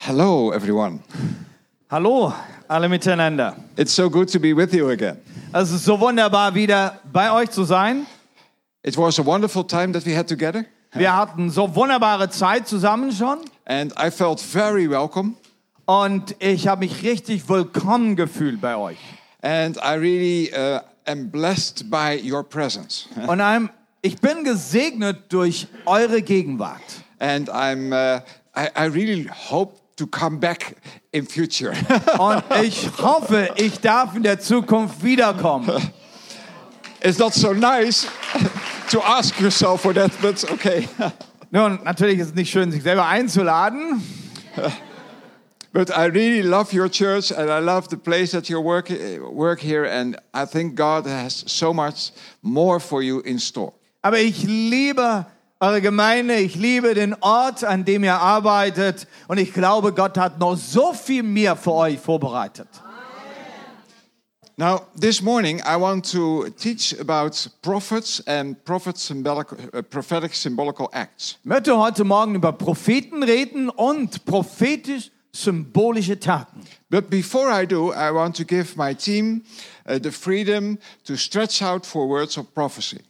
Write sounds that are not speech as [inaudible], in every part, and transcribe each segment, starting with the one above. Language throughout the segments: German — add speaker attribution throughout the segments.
Speaker 1: Hello, everyone.
Speaker 2: Hallo, alle miteinander.
Speaker 1: It's so good to be with you again.
Speaker 2: Es ist so wunderbar, wieder bei euch zu sein.
Speaker 1: It was a wonderful time that we had together,
Speaker 2: Wir hatten so wunderbare Zeit zusammen schon.
Speaker 1: and I felt very welcome.
Speaker 2: Und ich habe mich richtig willkommen gefühlt bei euch.
Speaker 1: And I really uh, am blessed by your presence.
Speaker 2: Und einem, ich bin gesegnet durch eure Gegenwart.
Speaker 1: And I'm, uh, I, I really hope to come back in future. [laughs]
Speaker 2: Und ich hoffe, ich darf in der Zukunft wiederkommen.
Speaker 1: it's not so nice [laughs] to ask yourself for that, but okay. [laughs]
Speaker 2: Nun, natürlich ist es nicht schön, sich selber einzuladen.
Speaker 1: But I really love your church and I love the place that you work, work here. And I think God has so much more for you in store.
Speaker 2: Aber ich liebe eure Gemeinde, ich liebe den Ort, an dem ihr arbeitet. Und ich glaube, Gott hat noch so viel mehr für euch vorbereitet.
Speaker 1: Now, this morning, I want to teach about prophets and prophet symbolic, uh, prophetic symbolical acts.
Speaker 2: Ich möchte heute Morgen über Propheten reden und prophetisch-symbolische Taten.
Speaker 1: But before I do, I want to give my team uh, the freedom to stretch out for words of prophecy.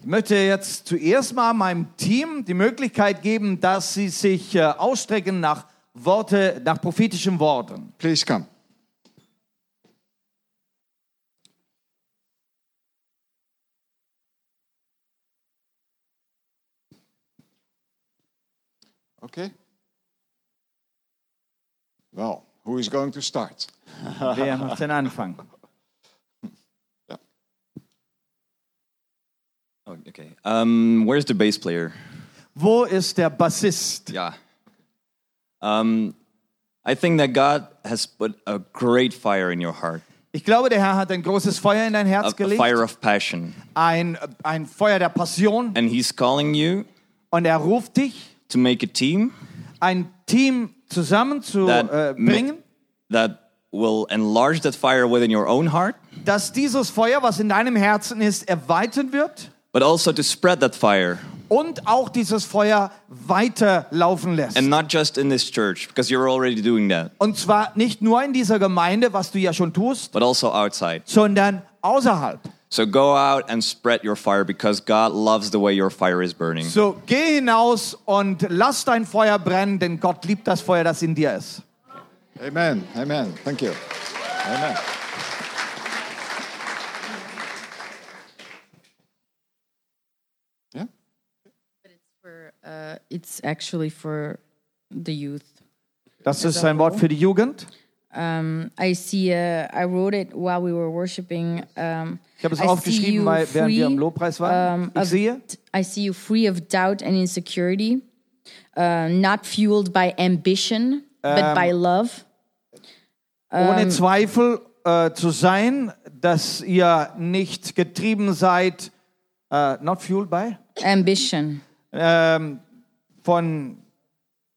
Speaker 2: Ich möchte jetzt zuerst mal meinem Team die Möglichkeit geben, dass sie sich äh, ausstrecken nach Worte, nach prophetischen
Speaker 3: [laughs]
Speaker 2: Worten.
Speaker 1: Please come. Okay. Well, who is going to start?
Speaker 2: Wer macht den Anfang?
Speaker 3: Oh, okay. Um, where's the bass player?
Speaker 2: Wo ist der Bassist?
Speaker 3: Yeah. Um, I think that God has put a great fire in your heart,
Speaker 2: Ich glaube, der Herr hat ein großes Feuer in dein
Speaker 3: a,
Speaker 2: Herz
Speaker 3: a
Speaker 2: gelegt,
Speaker 3: fire of passion,
Speaker 2: ein, ein Feuer der Passion.
Speaker 3: and He's calling you
Speaker 2: Und er ruft dich,
Speaker 3: to make a team
Speaker 2: ein Team
Speaker 3: that
Speaker 2: zusammenzubringen, äh,
Speaker 3: ma-
Speaker 2: bringen,
Speaker 3: that will enlarge that fire within your own heart,
Speaker 2: dass dieses Feuer, was in deinem Herzen ist, erweitert wird.
Speaker 3: but also to spread that fire,
Speaker 2: und auch dieses Feuer weiterlaufen lässt.
Speaker 3: and not just in this church because you're already doing that,
Speaker 2: und zwar nicht nur in dieser Gemeinde, was du ja schon tust,
Speaker 3: but also outside.
Speaker 2: sondern außerhalb.
Speaker 3: So go out and spread your fire because God loves the way your fire is burning.
Speaker 2: So, geh hinaus und lass dein Feuer brennen, denn Gott liebt das Feuer, das in dir ist.
Speaker 1: Amen. Amen. Thank you. Amen. Yeah?
Speaker 4: for uh, it's actually for the youth.
Speaker 2: Das ist ein Wort für die Jugend.
Speaker 4: Um, I see. Uh, I wrote it while we were worshiping. Um,
Speaker 2: Ich habe es
Speaker 4: I see
Speaker 2: aufgeschrieben,
Speaker 4: you
Speaker 2: weil, während wir
Speaker 4: free,
Speaker 2: im Lobpreis waren.
Speaker 4: um,
Speaker 2: ich
Speaker 4: of-
Speaker 2: sehe,
Speaker 4: I see you free of doubt and insecurity, uh, not fueled by ambition but by love.
Speaker 2: ohne Zweifel äh, zu sein, dass ihr nicht getrieben seid, äh, not fueled by,
Speaker 4: Ambition.
Speaker 2: ähm, von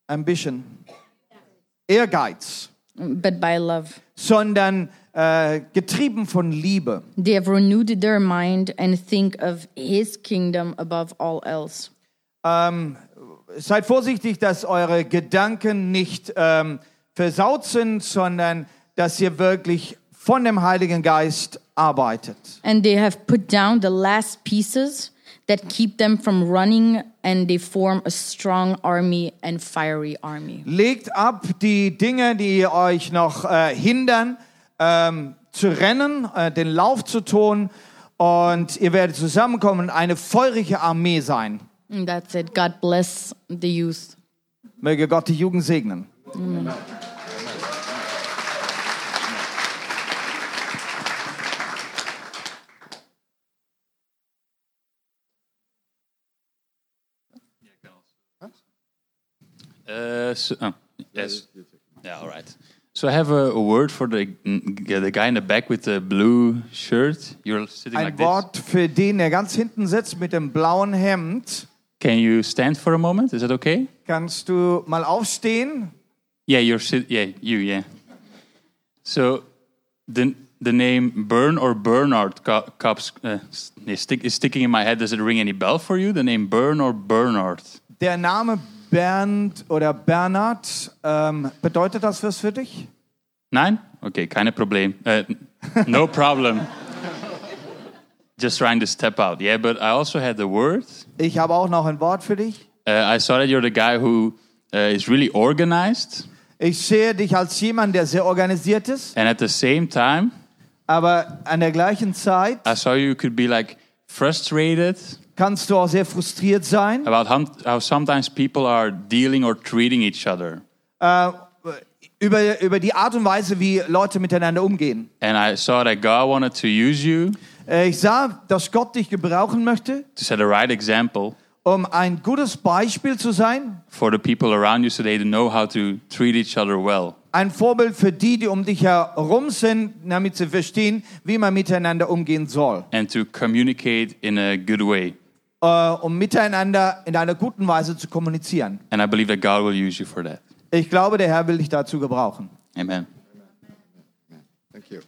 Speaker 2: Ambition, Ehrgeiz,
Speaker 4: But by love,
Speaker 2: sondern äh, getrieben von Liebe.
Speaker 4: they have renewed their mind and think of His kingdom above all else.
Speaker 2: Seid vorsichtig, dass eure Gedanken nicht ähm, versaut sind, sondern dass ihr wirklich von dem Heiligen Geist arbeitet.
Speaker 4: And they have put down the last pieces that keep them from running, and they form a strong army and fiery army.
Speaker 2: Legt ab die Dinge, die euch noch äh, hindern, ähm, zu rennen, äh, den Lauf zu tun und ihr werdet zusammenkommen und eine feurige Armee sein.
Speaker 4: And that's it. God bless the youth.
Speaker 2: Möge Gott die Jugend segnen.
Speaker 5: Uh, so, oh, yes. Yeah, all right. So I have a, a word for the yeah, the guy in the back with the blue shirt. You're sitting
Speaker 2: Ein
Speaker 5: like
Speaker 2: Wort für den, der ganz hinten sitzt mit dem blauen Hemd.
Speaker 5: this. Can you stand for a moment? Is that okay?
Speaker 2: Kannst du mal aufstehen?
Speaker 5: Yeah, you're sit. Yeah, you. Yeah. So the the name Bern or Bernard co- cops uh, s- is, stick, is sticking in my head. Does it ring any bell for you? The name Bern or Bernard?
Speaker 2: Der Name Bernd oder Bernhard, ähm, bedeutet das was für dich?
Speaker 5: Nein? Okay, keine Problem. Uh, no problem. Just trying to step out. Yeah, but I also had the word.
Speaker 2: Ich habe auch noch ein Wort für dich.
Speaker 5: Uh, I saw that you're the guy who uh, is really organized,
Speaker 2: Ich sehe dich als jemand, der sehr organisiert ist,
Speaker 5: and at the same time,
Speaker 2: aber an der gleichen Zeit
Speaker 5: I saw you could be like frustrated
Speaker 2: kannst du auch sehr frustriert sein.
Speaker 5: about how, how sometimes people are dealing or treating each other.
Speaker 2: Äh, über, über die Art und Weise, wie Leute miteinander umgehen.
Speaker 5: And I saw that God wanted to use you
Speaker 2: Äh, ich sah, dass Gott dich gebrauchen möchte,
Speaker 5: to set a right example
Speaker 2: um ein gutes Beispiel zu sein,
Speaker 5: for the people around you so they know how to treat each other well.
Speaker 2: ein Vorbild für die, die um dich herum sind, damit sie verstehen, wie man miteinander umgehen soll,
Speaker 5: and to communicate in a good way.
Speaker 2: äh, um miteinander in einer guten Weise zu kommunizieren.
Speaker 5: And I believe that God will use you for that.
Speaker 2: Ich glaube, der Herr will dich dazu gebrauchen.
Speaker 5: Amen.
Speaker 1: Thank you.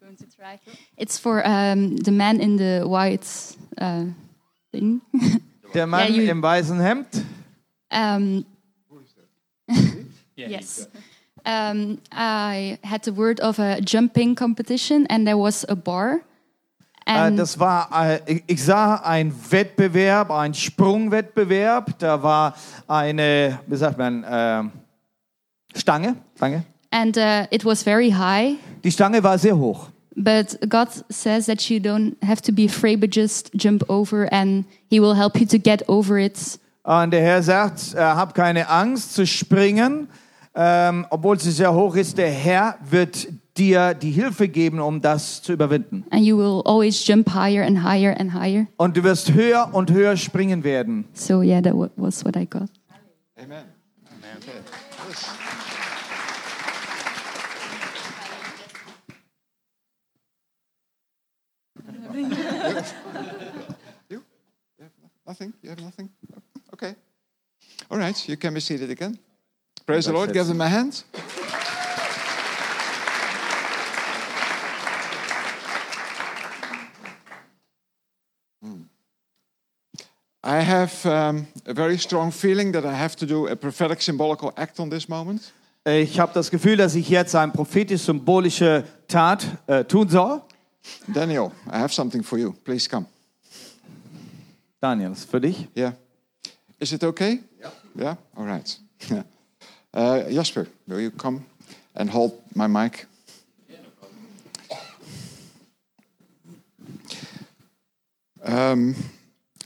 Speaker 6: going to try. It's for um, the man in the white uh, thing. [laughs]
Speaker 2: Der Mann
Speaker 6: you-
Speaker 2: im weißen Hemd.
Speaker 6: um, yes. Um, I had the word of a jumping competition, and there was a bar.
Speaker 2: Äh,
Speaker 6: And
Speaker 2: das war, äh, ich- ich sah einen Wettbewerb, einen Sprungwettbewerb. Da war eine, wie sagt man, äh, Stange. Stange.
Speaker 6: and uh, it was very high.
Speaker 2: Die Stange war sehr hoch.
Speaker 6: But God says that you don't have to be afraid, but just jump over, and He will help you to get over it.
Speaker 2: Und der Herr sagt, äh, hab keine Angst zu springen. Ähm, obwohl sie sehr hoch ist, der Herr wird dir die Hilfe geben, um das zu überwinden.
Speaker 6: And you will always jump higher and higher and higher.
Speaker 2: Und du wirst höher und höher springen werden.
Speaker 6: So, yeah, that wa- was what I got.
Speaker 1: Amen. Okay. Yes. [laughs] you? You have no- nothing? You have nothing? No? Okay. All right, you can be seated again. Praise the Lord. Give them a hand. I have um, a very strong feeling that I have to do a prophetic symbolical act on this moment.
Speaker 2: Ich habe das Gefühl, dass ich jetzt eine prophetisch-symbolische Tat äh, tun soll.
Speaker 1: Daniel, I have something for you. Please come.
Speaker 2: Daniel, das ist für dich.
Speaker 1: Yeah. Is it okay? Yeah. Yeah? All right. [laughs] uh, Jasper, will you come and hold my mic? Um,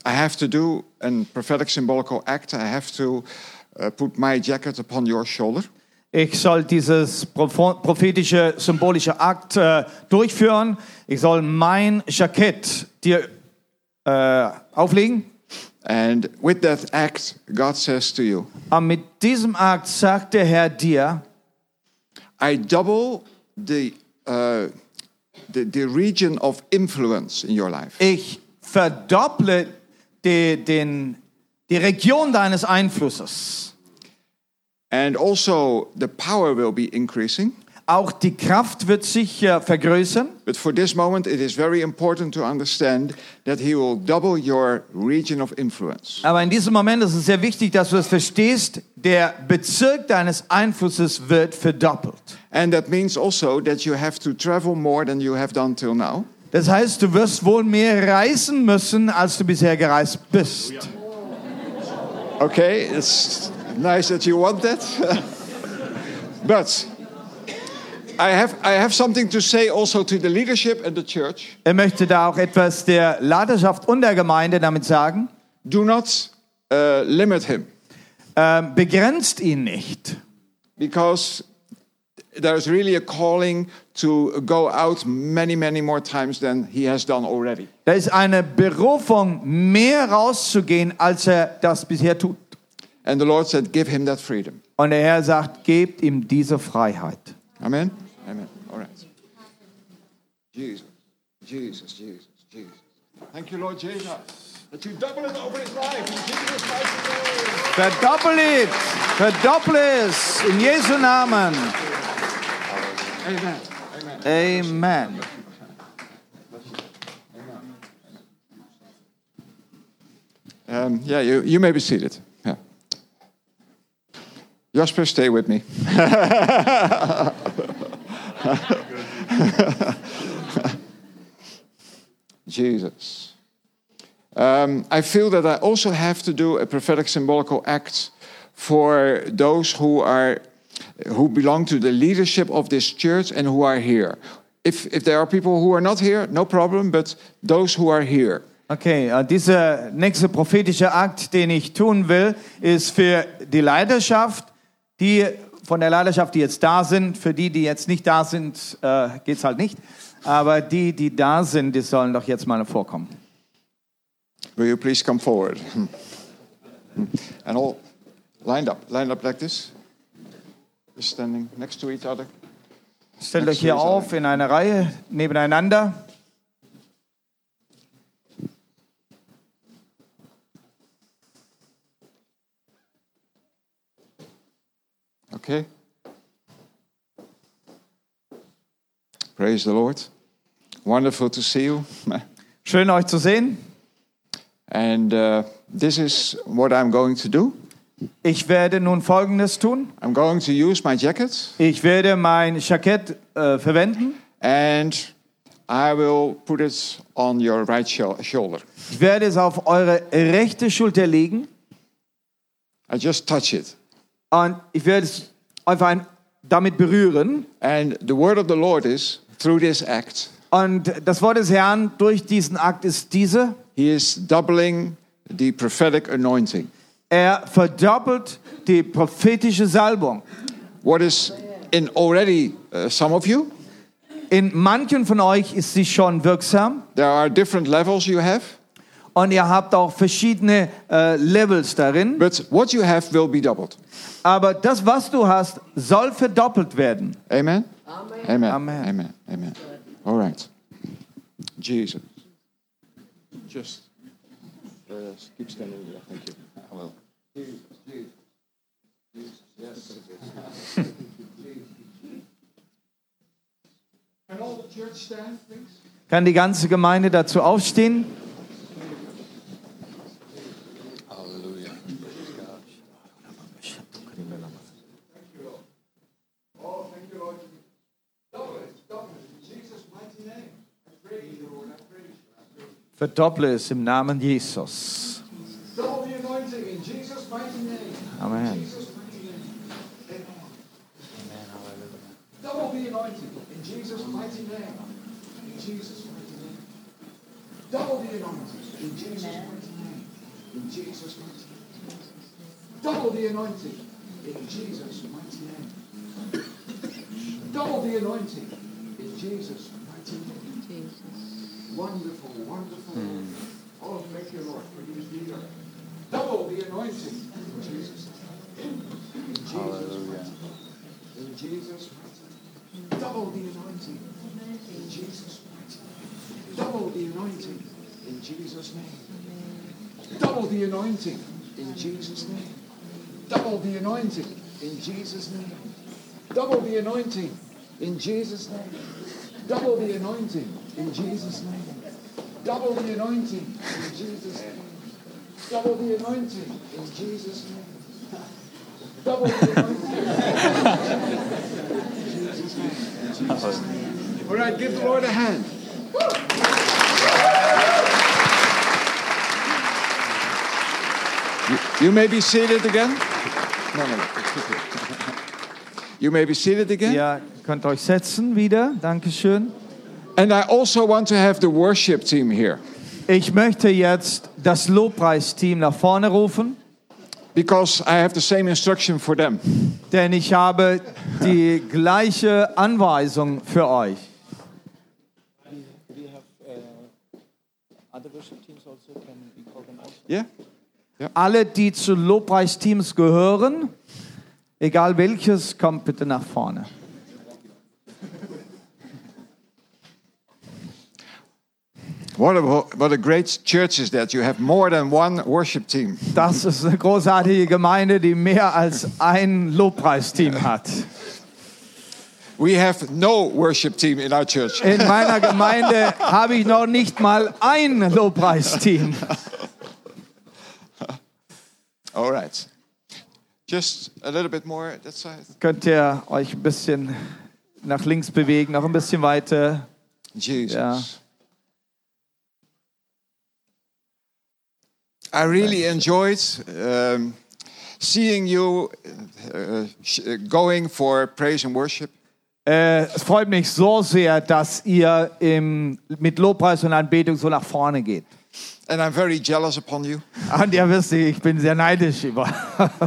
Speaker 1: I have to do a prophetic symbolical act. I have to uh, put my jacket upon your shoulder.
Speaker 2: Ich soll dieses propho- prophetische, symbolische Akt äh, durchführen. Ich soll mein Jackett dir äh, auflegen.
Speaker 1: And with that act, God says to you,
Speaker 2: Aber mit diesem Akt sagt der Herr dir,
Speaker 1: I double the, uh, the, the region of influence in your life.
Speaker 2: ich verdopple die, den, die Region deines Einflusses.
Speaker 1: And also, the power will be increasing.
Speaker 2: Auch die Kraft wird sich äh, vergrößern.
Speaker 1: But for this moment, it is very important to understand that He will double your region of influence.
Speaker 2: Aber in diesem Moment ist es sehr wichtig, dass du es verstehst. Der Bezirk deines Einflusses wird verdoppelt.
Speaker 1: And that means also that you have to travel more than you have done till now.
Speaker 2: Das heißt, du wirst wohl mehr reisen müssen, als du bisher gereist bist.
Speaker 1: Okay, it's nice that you want that. [laughs] but I have, I have something to say also to the leadership and the church.
Speaker 2: Er möchte da auch etwas der Leiterschaft und der Gemeinde damit sagen.
Speaker 1: Do not uh, limit Him.
Speaker 2: Ähm, begrenzt ihn nicht.
Speaker 1: because there's really a calling to go out many, many more times than he has done already.
Speaker 2: Da ist eine Berufung, mehr rauszugehen, als er das bisher tut.
Speaker 1: And the Lord said, Give him that freedom.
Speaker 2: Und der Herr sagt, gebt ihm diese Freiheit.
Speaker 1: Amen? Amen. All right. Jesus, Jesus, Jesus, Jesus. Thank you, Lord Jesus. That you double it over his life. In Jesus' mighty name.
Speaker 2: Verdoppel it. Verdoppel es. In Jesu Namen.
Speaker 1: Amen.
Speaker 2: Amen.
Speaker 1: Um, yeah, you, you may be seated. Yeah. Jasper, stay with me. [laughs] Jesus. Um, I feel that I also have to do a prophetic symbolical act for those who are who belong to the leadership of this church and who are here. If if there are people who are not here, no problem, but those who are here.
Speaker 2: Okay, äh, dieser nächste prophetische Akt, den ich tun will, ist für die Leidenschaft, die von der Leidenschaft, die jetzt da sind, für die, die jetzt nicht da sind, äh, geht's halt nicht. Aber die, die da sind, die sollen doch jetzt mal vorkommen.
Speaker 1: Will you please come forward? [laughs] And all lined up, lined up like this. Just standing next to each other.
Speaker 2: Stellt euch hier auf in einer Reihe nebeneinander.
Speaker 1: Okay. Praise the Lord. Wonderful to see you. [laughs]
Speaker 2: Schön euch zu sehen.
Speaker 1: And uh, this is what I'm going to do.
Speaker 2: Ich werde nun Folgendes tun.
Speaker 1: I'm going to use my jacket
Speaker 2: Ich werde mein Jackett äh, verwenden.
Speaker 1: and I will put it on your right shou- shoulder.
Speaker 2: Ich werde es auf eure rechte Schulter legen
Speaker 1: I just touch it.
Speaker 2: und ich werde es einfach ein, damit berühren.
Speaker 1: And the word of the Lord is through this act,
Speaker 2: Und das Wort des Herrn durch diesen Akt ist diese.
Speaker 1: He is doubling the prophetic anointing.
Speaker 2: Er verdoppelt die prophetische Salbung.
Speaker 1: what is in already uh, some of you.
Speaker 2: In manchen von euch ist sie schon wirksam
Speaker 1: There are different levels you have,
Speaker 2: und ihr habt auch verschiedene äh, Levels darin.
Speaker 1: but what you have will be doubled.
Speaker 2: Aber das, was du hast, soll verdoppelt werden.
Speaker 1: Amen? Amen. Amen.
Speaker 2: Amen.
Speaker 1: Amen. Amen. All right. Jesus. Just uh, keep standing there. Thank you. I will. Jesus, Jesus. Jesus, yes. Can all the church stand, please?
Speaker 2: Kann die ganze Gemeinde dazu aufstehen?
Speaker 1: Oh, thank you, Lord. Double it, double it. In Jesus' mighty name. I praise you, Lord. I praise you. I praise you.
Speaker 2: Verdopple es im Namen Jesus.
Speaker 1: Double the anointing in Jesus' mighty name. In
Speaker 2: Amen.
Speaker 1: Jesus' mighty name. Amen. Double the anointing in Jesus' mighty name. In Jesus' mighty name. Double the anointing in Jesus' mighty name. In Jesus' mighty name. Double the anointing in Jesus' mighty name. Double the anointing in Jesus' mighty name. Wonderful, wonderful. Oh, thank you, Lord, for this leader. Double the anointing in Jesus' name. In Jesus' mighty name. In Jesus' mighty name. Double the anointing in Jesus' mighty name. Double the anointing in Jesus' name. Double the anointing in Jesus' name. Double the anointing in Jesus' name. Double the anointing in Jesus' name. Double the anointing in Jesus' name. Double the anointing in Jesus' name. Double the anointing in Jesus' name. Double the anointing. in Jesus' name. In Jesus' name. All right, give the Lord a hand. You may be seated again. No, no, [laughs] no. You may be seated again.
Speaker 2: Ihr könnt euch setzen wieder. Dankeschön.
Speaker 1: And I also want to have the worship team here
Speaker 2: Ich möchte jetzt das Lobpreisteam nach vorne rufen,
Speaker 1: because I have the same instruction for them.
Speaker 2: denn ich habe die gleiche Anweisung für euch.
Speaker 7: we have uh, other worship teams also can we call them out
Speaker 1: Yeah?
Speaker 2: Alle, die zu Lobpreisteams gehören, egal welches, kommt bitte nach vorne.
Speaker 1: Oké, What a, what a great church is that. You have more than one worship team.
Speaker 2: Das ist eine großartige Gemeinde, die mehr als ein Lobpreisteam hat.
Speaker 1: We have no worship team in our
Speaker 2: [laughs]
Speaker 1: church.
Speaker 2: In meiner Gemeinde habe ich noch nicht mal ein Lobpreisteam.
Speaker 1: All right. Just a little bit more that side.
Speaker 2: Könnt ihr euch ein bisschen nach links bewegen, noch ein bisschen weiter.
Speaker 1: Jesus.
Speaker 2: Yeah.
Speaker 1: I really enjoyed um, seeing you uh, sh- uh, going for praise and worship.
Speaker 2: Äh, es freut mich so sehr, dass ihr im, mit Lobpreis und Anbetung so nach vorne geht.
Speaker 1: And I'm very jealous upon you.
Speaker 2: Und ihr wisst, ich bin sehr neidisch über,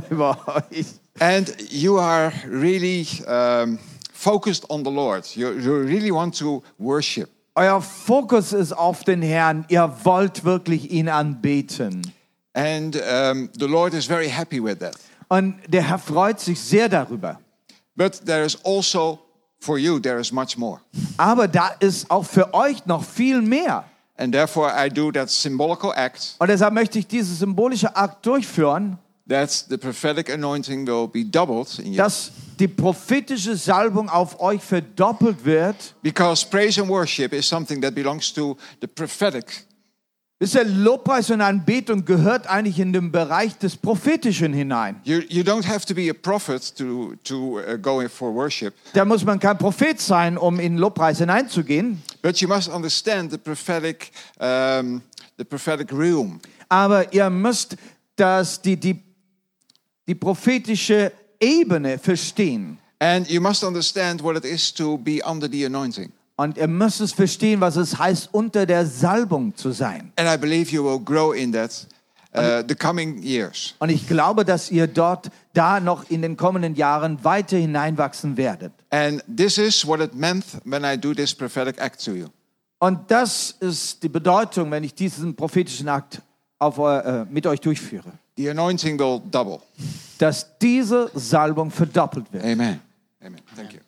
Speaker 2: [laughs] über euch.
Speaker 1: And you are really um, focused on the Lord. You, you really want to worship.
Speaker 2: Euer Fokus ist auf den Herrn. Ihr wollt wirklich ihn anbeten.
Speaker 1: And um, the Lord is very happy with that.
Speaker 2: Und der Herr freut sich sehr darüber.
Speaker 1: But there is also, for you, there is much more.
Speaker 2: Aber da ist auch für euch noch viel mehr.
Speaker 1: And therefore, I do that symbolical act
Speaker 2: Und deshalb möchte ich diesen symbolischen Akt durchführen,
Speaker 1: that the prophetic anointing will be doubled in you.
Speaker 2: dass die prophetische Salbung auf euch verdoppelt wird.
Speaker 1: because praise and worship is something that belongs to the prophetic.
Speaker 2: Ist der Lobpreis und Anbetung gehört eigentlich in den Bereich des Prophetischen hinein.
Speaker 1: You, you don't have to be a prophet to, to uh, go in for worship,
Speaker 2: Da muss man kein Prophet sein, um in Lobpreis hineinzugehen.
Speaker 1: but you must understand the prophetic, um, the prophetic realm.
Speaker 2: Aber ihr müsst das, die, die, die prophetische Ebene verstehen.
Speaker 1: And you must understand what it is to be under the anointing.
Speaker 2: Und ihr müsst es verstehen, was es heißt, unter der Salbung zu sein.
Speaker 1: And I believe you will grow in that uh, the coming years.
Speaker 2: Und ich glaube, dass ihr dort da noch in den kommenden Jahren weiter hineinwachsen werdet.
Speaker 1: And this is what it meant when I do this prophetic act to you.
Speaker 2: Und das ist die Bedeutung, wenn ich diesen prophetischen Akt auf, eu- äh, mit euch durchführe.
Speaker 1: The anointing will double.
Speaker 2: Dass diese Salbung verdoppelt wird.
Speaker 1: Amen. Amen. Thank you.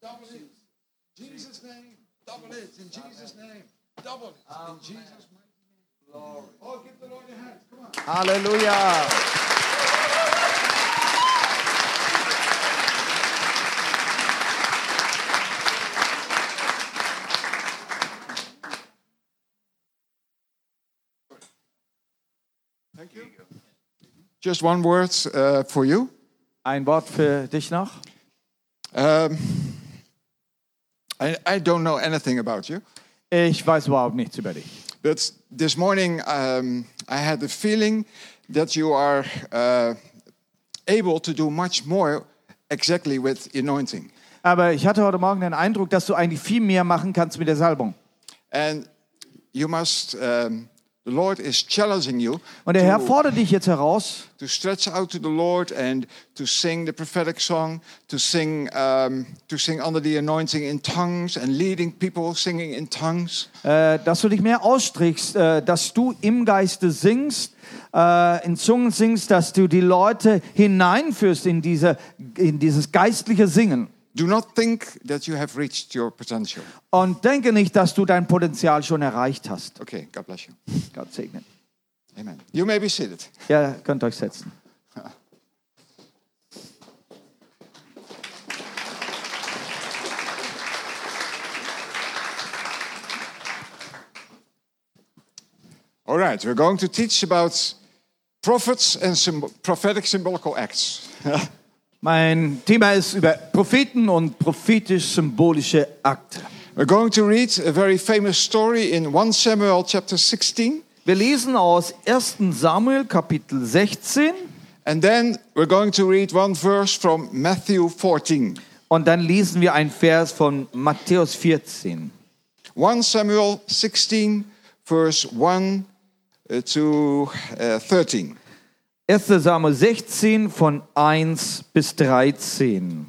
Speaker 1: Double it. Jesus' name. Double it. In Jesus' name. Double it. In Jesus' mighty name. Oh, give the Lord a hand. Come on.
Speaker 2: Halleluja.
Speaker 1: Just one word uh, for you.
Speaker 2: Ein Wort für dich noch.
Speaker 1: Um, I, I don't know anything about you,
Speaker 2: Ich weiß überhaupt nichts über dich.
Speaker 1: but this morning um, I had the feeling that you are uh, able to do much more exactly with anointing.
Speaker 2: Aber ich hatte heute Morgen den Eindruck, dass du eigentlich viel mehr machen kannst mit der Salbung.
Speaker 1: And you must, um, the Lord is challenging you
Speaker 2: Und der Herr
Speaker 1: to-
Speaker 2: fordert dich jetzt heraus,
Speaker 1: to stretch out to the Lord and to sing the prophetic song, to sing, um, to sing under the anointing in tongues and leading people singing in tongues.
Speaker 2: äh, dass du dich mehr ausstrichst, äh, dass du im Geiste singst, äh, in Zungen singst, dass du die Leute hineinführst in, diese, in dieses geistliche Singen.
Speaker 1: Do not think that you have reached your potential.
Speaker 2: Und denke nicht, dass du dein Potenzial schon erreicht hast. Oh
Speaker 1: Okay, God bless you.
Speaker 2: Gott segne.
Speaker 1: Amen. You may be seated.
Speaker 2: Ja, könnt euch setzen.
Speaker 1: All right, we're going to teach about prophets and symbol, prophetic symbolical acts. [laughs]
Speaker 2: Mein Thema ist über Propheten und prophetisch-symbolische Akte.
Speaker 1: We're going to read a very famous story in 1 Samuel chapter 16,
Speaker 2: Wir lesen aus 1. Samuel Kapitel 16
Speaker 1: and then we're going to read one verse from Matthew 14.
Speaker 2: und dann lesen wir einen Vers von Matthäus 14.
Speaker 1: 1 Samuel 16, verse 1 uh, to uh, 13.
Speaker 2: 1. Samuel 16 von 1 bis 13.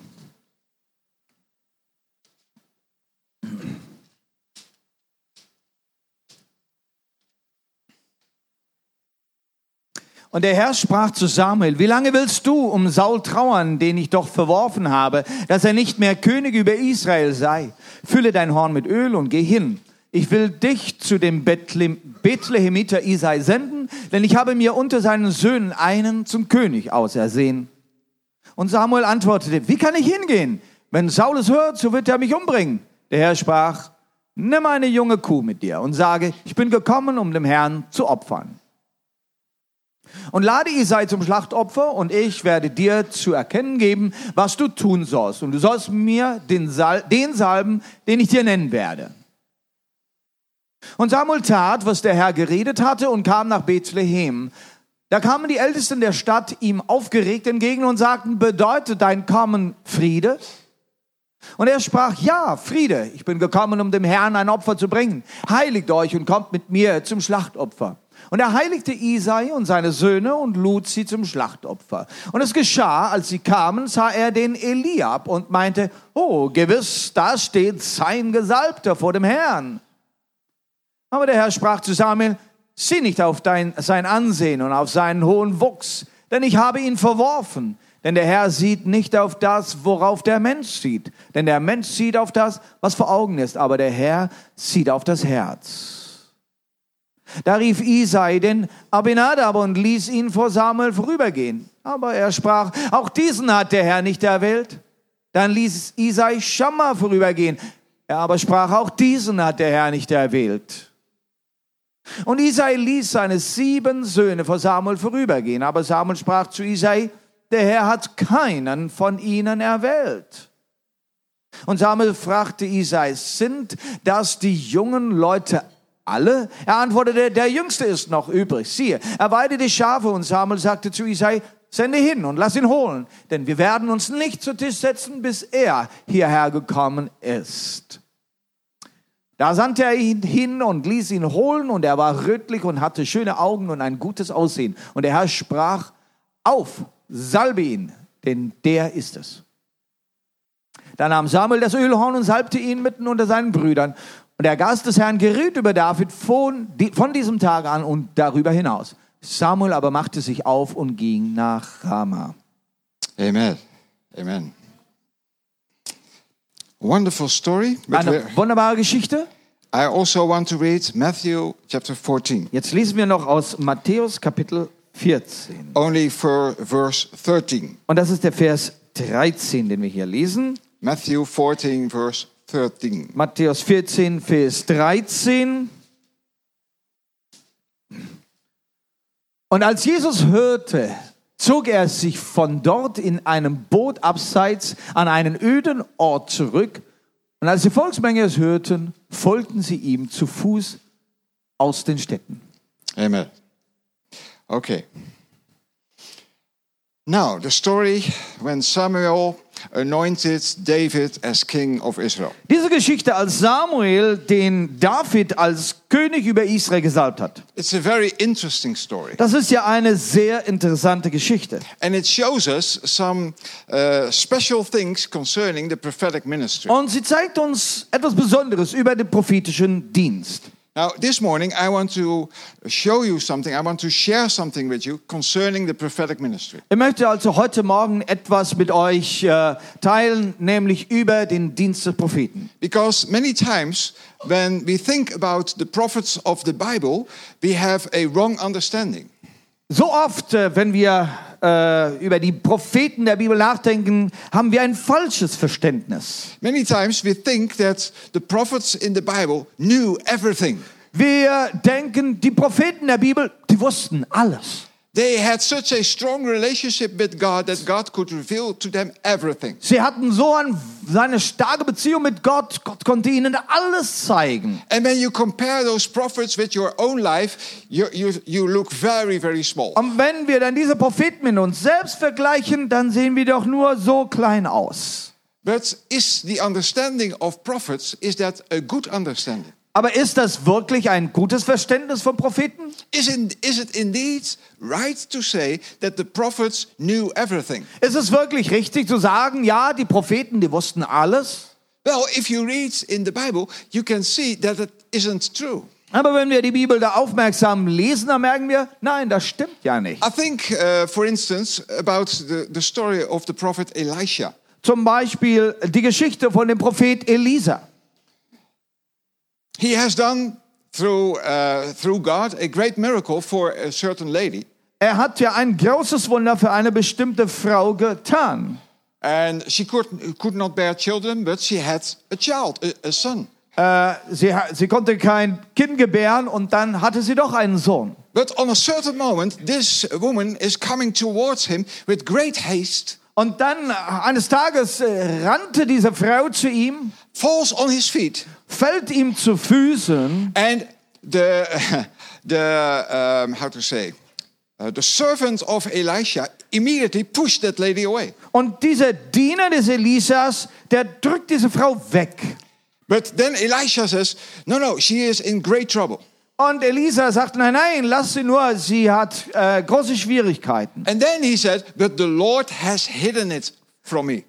Speaker 2: Und der Herr sprach zu Samuel, wie lange willst du um Saul trauern, den ich doch verworfen habe, dass er nicht mehr König über Israel sei? Fülle dein Horn mit Öl und geh hin. Ich will dich zu dem Bethlem- Bethlehemiter Isai senden, denn ich habe mir unter seinen Söhnen einen zum König ausersehen. Und Samuel antwortete, wie kann ich hingehen? Wenn Saul es hört, so wird er mich umbringen. Der Herr sprach, nimm eine junge Kuh mit dir und sage, ich bin gekommen, um dem Herrn zu opfern und lade Isai zum Schlachtopfer und ich werde dir zu erkennen geben, was du tun sollst. Und du sollst mir den, Sal den Salben, den ich dir nennen werde. Und Samuel tat, was der Herr geredet hatte und kam nach Bethlehem. Da kamen die Ältesten der Stadt ihm aufgeregt entgegen und sagten, bedeutet dein Kommen Friede? Und er sprach, ja, Friede, ich bin gekommen, um dem Herrn ein Opfer zu bringen. Heiligt euch und kommt mit mir zum Schlachtopfer. Und er heiligte Isai und seine Söhne und lud sie zum Schlachtopfer. Und es geschah, als sie kamen, sah er den Eliab und meinte, oh, gewiss, da steht sein Gesalbter vor dem Herrn. Aber der Herr sprach zu Samuel, sieh nicht auf dein, sein Ansehen und auf seinen hohen Wuchs, denn ich habe ihn verworfen. Denn der Herr sieht nicht auf das, worauf der Mensch sieht. Denn der Mensch sieht auf das, was vor Augen ist, aber der Herr sieht auf das Herz. Da rief Isai den Abinadab und ließ ihn vor Samuel vorübergehen. Aber er sprach, auch diesen hat der Herr nicht erwählt. Dann ließ Isai Schamma vorübergehen. Er aber sprach, auch diesen hat der Herr nicht erwählt. Und Isai ließ seine sieben Söhne vor Samuel vorübergehen. Aber Samuel sprach zu Isai, der Herr hat keinen von ihnen erwählt. Und Samuel fragte Isai, sind das die jungen Leute alle? Er antwortete, der Jüngste ist noch übrig. Siehe, er weide die Schafe. Und Samuel sagte zu Isai, sende hin und lass ihn holen, denn wir werden uns nicht zu Tisch setzen, bis er hierher gekommen ist. Da sandte er ihn hin und ließ ihn holen, und er war rötlich und hatte schöne Augen und ein gutes Aussehen. Und der Herr sprach, auf, salbe ihn, denn der ist es. Da nahm Samuel das Ölhorn und salbte ihn mitten unter seinen Brüdern. Und der Geist des Herrn geriet über David von, di- von diesem Tag an und darüber hinaus. Samuel aber machte sich auf und ging nach Rama.
Speaker 1: Amen. Amen. Wonderful story. But
Speaker 2: Eine
Speaker 1: we're-
Speaker 2: wunderbare Geschichte.
Speaker 1: I also want to read Matthew chapter 14,
Speaker 2: Jetzt lesen wir noch aus Matthäus Kapitel 14.
Speaker 1: only for verse 13.
Speaker 2: Und das ist der Vers 13, den wir hier lesen.
Speaker 1: Matthew 14, verse 13.
Speaker 2: Matthäus 14, Vers 13. Und als Jesus hörte, zog er sich von dort in einem Boot abseits an einen öden Ort zurück. Und als die Volksmenge es hörten, folgten sie ihm zu Fuß aus den Städten.
Speaker 1: Amen. Okay. Now, the story when Samuel anointed David as king of Israel.
Speaker 2: Diese Geschichte, als Samuel den David als König über Israel gesalbt hat.
Speaker 1: It's a very interesting story.
Speaker 2: Das ist ja eine sehr interessante Geschichte.
Speaker 1: And it shows us some uh, special things concerning the prophetic ministry.
Speaker 2: Und sie zeigt uns etwas Besonderes über den prophetischen Dienst.
Speaker 1: Now, this morning, I want to show you something. I want to share something with you concerning the prophetic ministry.
Speaker 2: Ich möchte also heute Morgen etwas mit euch äh, teilen, nämlich über den Dienst des Propheten.
Speaker 1: Because many times, when we think about the prophets of the Bible, we have a wrong understanding.
Speaker 2: So oft, äh, wenn wir äh, über die Propheten der Bibel nachdenken, haben wir ein falsches Verständnis.
Speaker 1: Many times, we think that the prophets in the Bible knew everything.
Speaker 2: Wir denken, die Propheten der Bibel, die wussten alles.
Speaker 1: They had such a strong relationship with God that God could reveal to them everything.
Speaker 2: Sie hatten so ein, eine starke Beziehung mit Gott. Gott konnte ihnen alles zeigen.
Speaker 1: And when you compare those prophets with your own life, you, you, you look very, very small.
Speaker 2: Und wenn wir dann diese Propheten mit uns selbst vergleichen, dann sehen wir doch nur so klein aus.
Speaker 1: But is the understanding of prophets, is that a good understanding?
Speaker 2: Aber ist das wirklich ein gutes Verständnis von Propheten?
Speaker 1: Is it, is it indeed right to say that the prophets knew everything?
Speaker 2: Ist es wirklich richtig zu sagen, ja, die Propheten, die wussten alles?
Speaker 1: Well, if you read in the Bible, you can see that it isn't true.
Speaker 2: Aber wenn wir die Bibel da aufmerksam lesen, dann merken wir, nein, das stimmt ja nicht.
Speaker 1: I think, uh, for instance, about the, the story of the prophet Elisha.
Speaker 2: Zum Beispiel die Geschichte von dem Prophet Elisa.
Speaker 1: He has done through, uh, through God a great miracle for a certain lady.
Speaker 2: Er hat ja ein großes Wunder für eine bestimmte Frau getan.
Speaker 1: And she could, could not bear children, but she had a child, a, a son.
Speaker 2: Sie, ha- sie konnte kein Kind gebären und dann hatte sie doch einen Sohn.
Speaker 1: But on a certain moment, this woman is coming towards him with great haste,
Speaker 2: Und dann äh, eines Tages äh, rannte diese Frau zu ihm,
Speaker 1: falls on his feet,
Speaker 2: fällt ihm zu Füßen
Speaker 1: and the, [laughs] the um, how to say, uh, the servant of Elisha immediately pushed that lady away.
Speaker 2: und dieser Diener des Elisas, der drückt diese Frau weg.
Speaker 1: But then Elisha says, No, no, she is in great trouble.
Speaker 2: Und Elisa sagt, nein, nein, lass sie nur, sie hat äh, große Schwierigkeiten.
Speaker 1: And then he said, But the Lord has hidden it from me.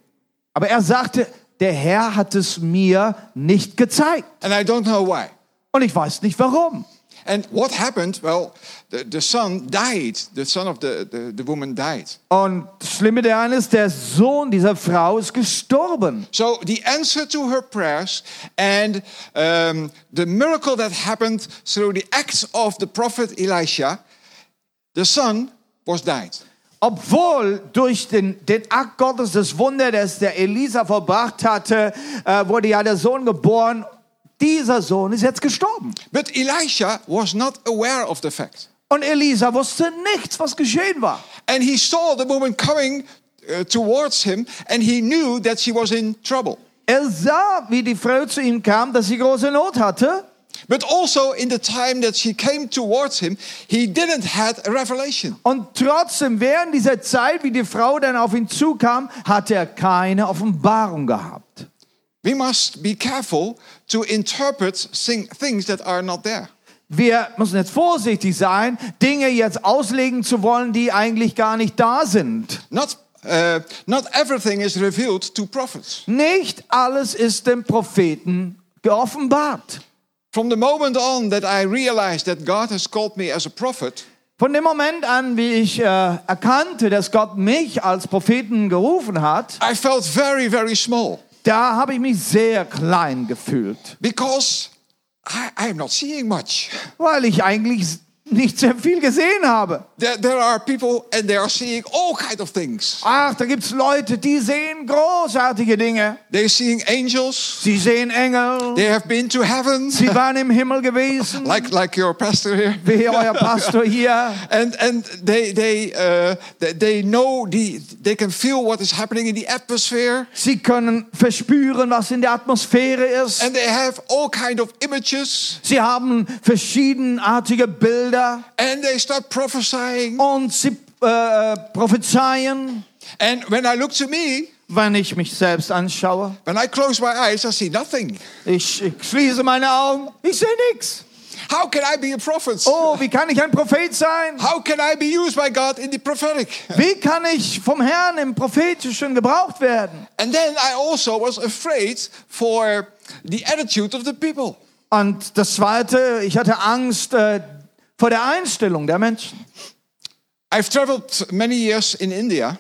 Speaker 2: Aber er sagte, der Herr hat es mir nicht gezeigt.
Speaker 1: And I don't know why.
Speaker 2: Und ich weiß nicht warum.
Speaker 1: And what happened? Well, the, the son died. The son of the, the, the woman died.
Speaker 2: Und das Schlimme daran ist, der Sohn dieser Frau ist gestorben.
Speaker 1: So the answer to her prayers and um, the miracle that happened through the acts of the prophet Elisha, the son was died.
Speaker 2: Obwohl durch den, den Akt Gottes das Wunder, das der Elisa verbracht hatte, äh, wurde ja der Sohn geboren. Dieser Sohn ist jetzt gestorben.
Speaker 1: But Elisha was not aware of the fact.
Speaker 2: Und Elisa wusste nichts, was geschehen war.
Speaker 1: And he saw the woman coming uh, towards him and he knew that she was in trouble.
Speaker 2: Er sah, wie die Frau zu ihm kam, dass sie große Not hatte.
Speaker 1: But also in the time that she came towards him, he didn't have a revelation.
Speaker 2: Und trotzdem, während dieser Zeit, wie die Frau dann auf ihn zukam, hatte er keine Offenbarung gehabt.
Speaker 1: We must be careful to interpret thing- things that are not there.
Speaker 2: Wir müssen jetzt vorsichtig sein, Dinge jetzt auslegen zu wollen, die eigentlich gar nicht da sind.
Speaker 1: Not, uh, not everything is revealed to prophets.
Speaker 2: Nicht alles ist dem Propheten geoffenbart.
Speaker 1: From the moment on that I realized that God has called me as a prophet,
Speaker 2: Von dem Moment an, wie ich äh, erkannte, dass Gott mich als Propheten gerufen hat,
Speaker 1: I felt very, very small
Speaker 2: da habe ich mich sehr klein gefühlt,
Speaker 1: because I, I'm not seeing much.
Speaker 2: weil ich eigentlich nicht sehr viel gesehen habe.
Speaker 1: There, there are people and they are seeing all kinds of things.
Speaker 2: Ach, da gibt's Leute, die sehen großartige Dinge.
Speaker 1: They're seeing angels.
Speaker 2: Sie sehen Engel.
Speaker 1: They have been to heaven,
Speaker 2: Sie waren im Himmel gewesen,
Speaker 1: like like your pastor here.
Speaker 2: wie euer Pastor hier.
Speaker 1: And and they they uh, they, they know the they can feel what is happening in the atmosphere.
Speaker 2: Sie können verspüren, was in der Atmosphäre ist.
Speaker 1: And they have all kind of images.
Speaker 2: Sie haben verschiedenartige Bilder
Speaker 1: And they start prophesying.
Speaker 2: und sie äh, prophezeien.
Speaker 1: And when I look to me,
Speaker 2: Wenn ich mich selbst anschaue,
Speaker 1: when I close my eyes, I see nothing.
Speaker 2: ich, ich schließe meine Augen, ich sehe nichts.
Speaker 1: How can I be a prophet?
Speaker 2: Oh, wie kann ich ein Prophet sein?
Speaker 1: How can I be used by God in the prophetic?
Speaker 2: Wie kann ich vom Herrn im Prophetischen gebraucht werden?
Speaker 1: And then I also was afraid for the attitude of the people.
Speaker 2: Und das Zweite, ich hatte Angst äh, vor der Einstellung der Menschen.
Speaker 1: I've traveled many years in India,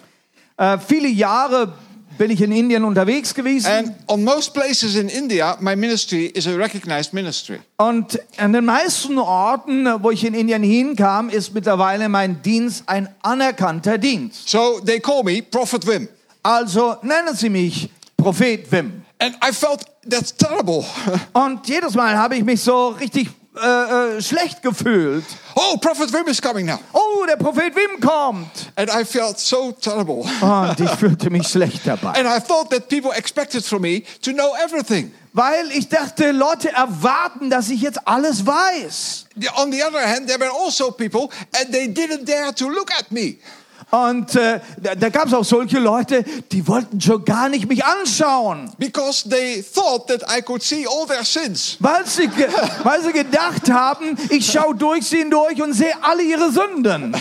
Speaker 2: Äh, viele Jahre bin ich in Indien unterwegs gewesen
Speaker 1: and on most places in India, my ministry is a recognized ministry.
Speaker 2: und an den meisten Orten, äh, wo ich in Indien hinkam, ist mittlerweile mein Dienst ein anerkannter Dienst.
Speaker 1: So they call me Prophet Wim.
Speaker 2: Also nennen Sie mich Prophet Wim.
Speaker 1: And I felt that's terrible. [laughs]
Speaker 2: Und jedes Mal habe ich mich so richtig äh, äh, schlecht gefühlt.
Speaker 1: Oh, Prophet Wim is coming now.
Speaker 2: Oh, der Prophet Wim kommt.
Speaker 1: And I felt so terrible. [laughs]
Speaker 2: Und ich fühlte mich schlecht dabei,
Speaker 1: And I thought that people expected from me to know everything.
Speaker 2: weil ich dachte, Leute erwarten, dass ich jetzt alles weiß.
Speaker 1: The- On the other hand, there were also people, and they didn't dare to look at me.
Speaker 2: Und äh, da, da gab es auch solche Leute, die wollten schon gar nicht mich anschauen,
Speaker 1: Because they thought that I could see all their sins.
Speaker 2: weil sie, ge weil sie gedacht haben, ich schaue durch sie hindurch und sehe alle ihre Sünden.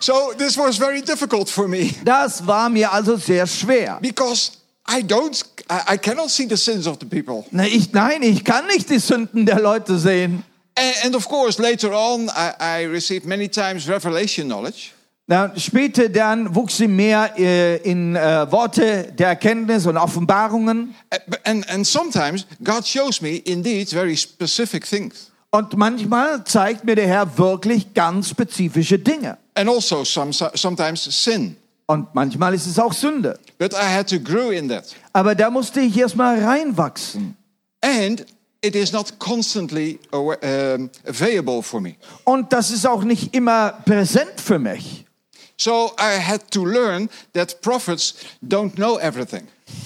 Speaker 1: So this was very difficult for me [laughs]
Speaker 2: Das war mir also sehr schwer.
Speaker 1: because I don't, I I cannot see the sins of the people.
Speaker 2: Na, ich, nein, ich kann nicht die Sünden der Leute sehen.
Speaker 1: And, and of course, later on, I, I received many times revelation knowledge.
Speaker 2: Na, später dann wuchs sie mehr äh, in äh, Worte der Erkenntnis und Offenbarungen.
Speaker 1: Uh, b- And, and sometimes God shows me indeed very specific things.
Speaker 2: Und manchmal zeigt mir der Herr wirklich ganz spezifische Dinge.
Speaker 1: And also some, so- sometimes sin.
Speaker 2: Und manchmal ist es auch Sünde.
Speaker 1: But I had to grow in that.
Speaker 2: Aber da musste ich erstmal reinwachsen.
Speaker 1: And it is not constantly awa- um, available for me.
Speaker 2: Und das ist auch nicht immer präsent für mich.
Speaker 1: So I had to learn that prophets don't know everything.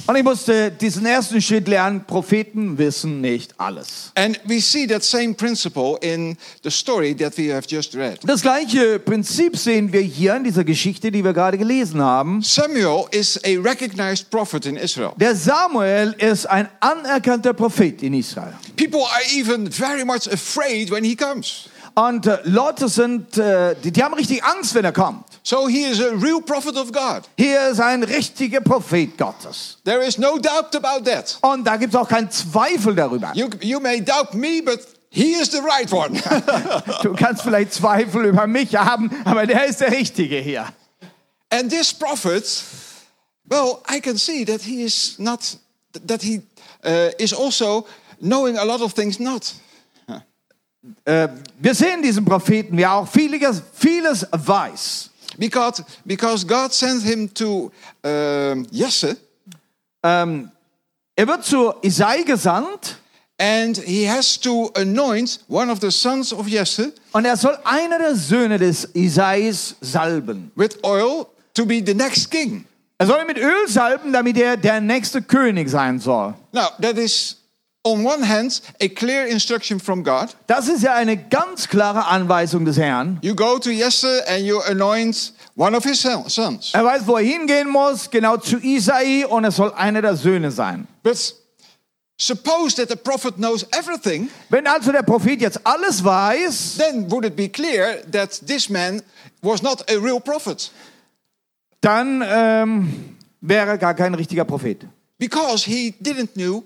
Speaker 2: Und ich musste diesen ersten Schritt lernen, Propheten wissen nicht alles.
Speaker 1: And we see that same principle in the story that we have just read.
Speaker 2: Das gleiche Prinzip sehen wir hier in dieser Geschichte, die wir gerade gelesen haben.
Speaker 1: Samuel is a recognized prophet in Israel.
Speaker 2: Der Samuel ist ein anerkannter Prophet in Israel.
Speaker 1: People are even very much afraid when he comes.
Speaker 2: Und äh, Leute sind, äh, die, die haben richtig Angst, wenn er kommt.
Speaker 1: So he is a real prophet of God.
Speaker 2: Hier ist ein richtiger Prophet Gottes.
Speaker 1: There is no doubt about that.
Speaker 2: Und da gibt es auch keinen Zweifel darüber.
Speaker 1: You, you may doubt me, but he is the right one. [laughs]
Speaker 2: Du kannst vielleicht Zweifel über mich haben, aber der ist der Richtige hier.
Speaker 1: and this prophet, well, I can see that he is not, that he uh, is also knowing a lot of things not.
Speaker 2: Wir sehen diesen Propheten, der auch vieles, vieles weiß.
Speaker 1: Because, because God sent him to um, Jesse,
Speaker 2: Er wird zu Isai gesandt
Speaker 1: and he has to anoint one of the sons of Jesse
Speaker 2: und er soll einer der Söhne des Isais salben.
Speaker 1: with oil to be the next king.
Speaker 2: Er soll ihn mit Öl salben, damit er der nächste König sein soll.
Speaker 1: Now, that is, on one hand, a clear instruction from God.
Speaker 2: Das ist ja eine ganz klare Anweisung des Herrn.
Speaker 1: You go to Jesse and you anoint one of his son- sons.
Speaker 2: Er weiß, wo er hingehen muss, genau zu Isai und es soll einer der Söhne sein.
Speaker 1: But suppose that the prophet knows everything,
Speaker 2: Wenn also der Prophet jetzt alles weiß,
Speaker 1: then would it be clear that this man was not a real prophet?
Speaker 2: dann ähm, wäre er gar kein richtiger Prophet.
Speaker 1: Because he didn't know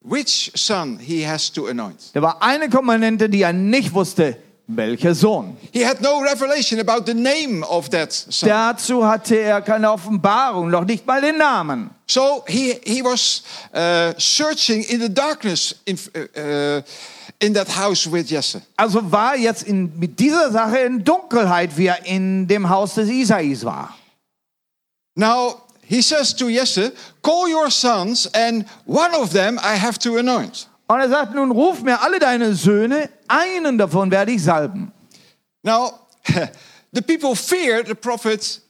Speaker 1: which son he has to anoint.
Speaker 2: Da war eine Komponente, die er nicht wusste, welcher Sohn.
Speaker 1: He had no revelation about the name of that son.
Speaker 2: Dazu hatte er keine Offenbarung, noch nicht mal den Namen.
Speaker 1: So he, he was uh, searching in the darkness in, uh, uh, in that house with Jesse.
Speaker 2: Also war jetzt in, mit dieser Sache in Dunkelheit, wie er in dem Haus des Isais war.
Speaker 1: Now he says to Jesse, Call your sons, and one of them I have to anoint.
Speaker 2: Und er sagt, nun ruf mir alle deine Söhne, einen davon werde ich salben.
Speaker 1: Now, [laughs] the people feared the prophet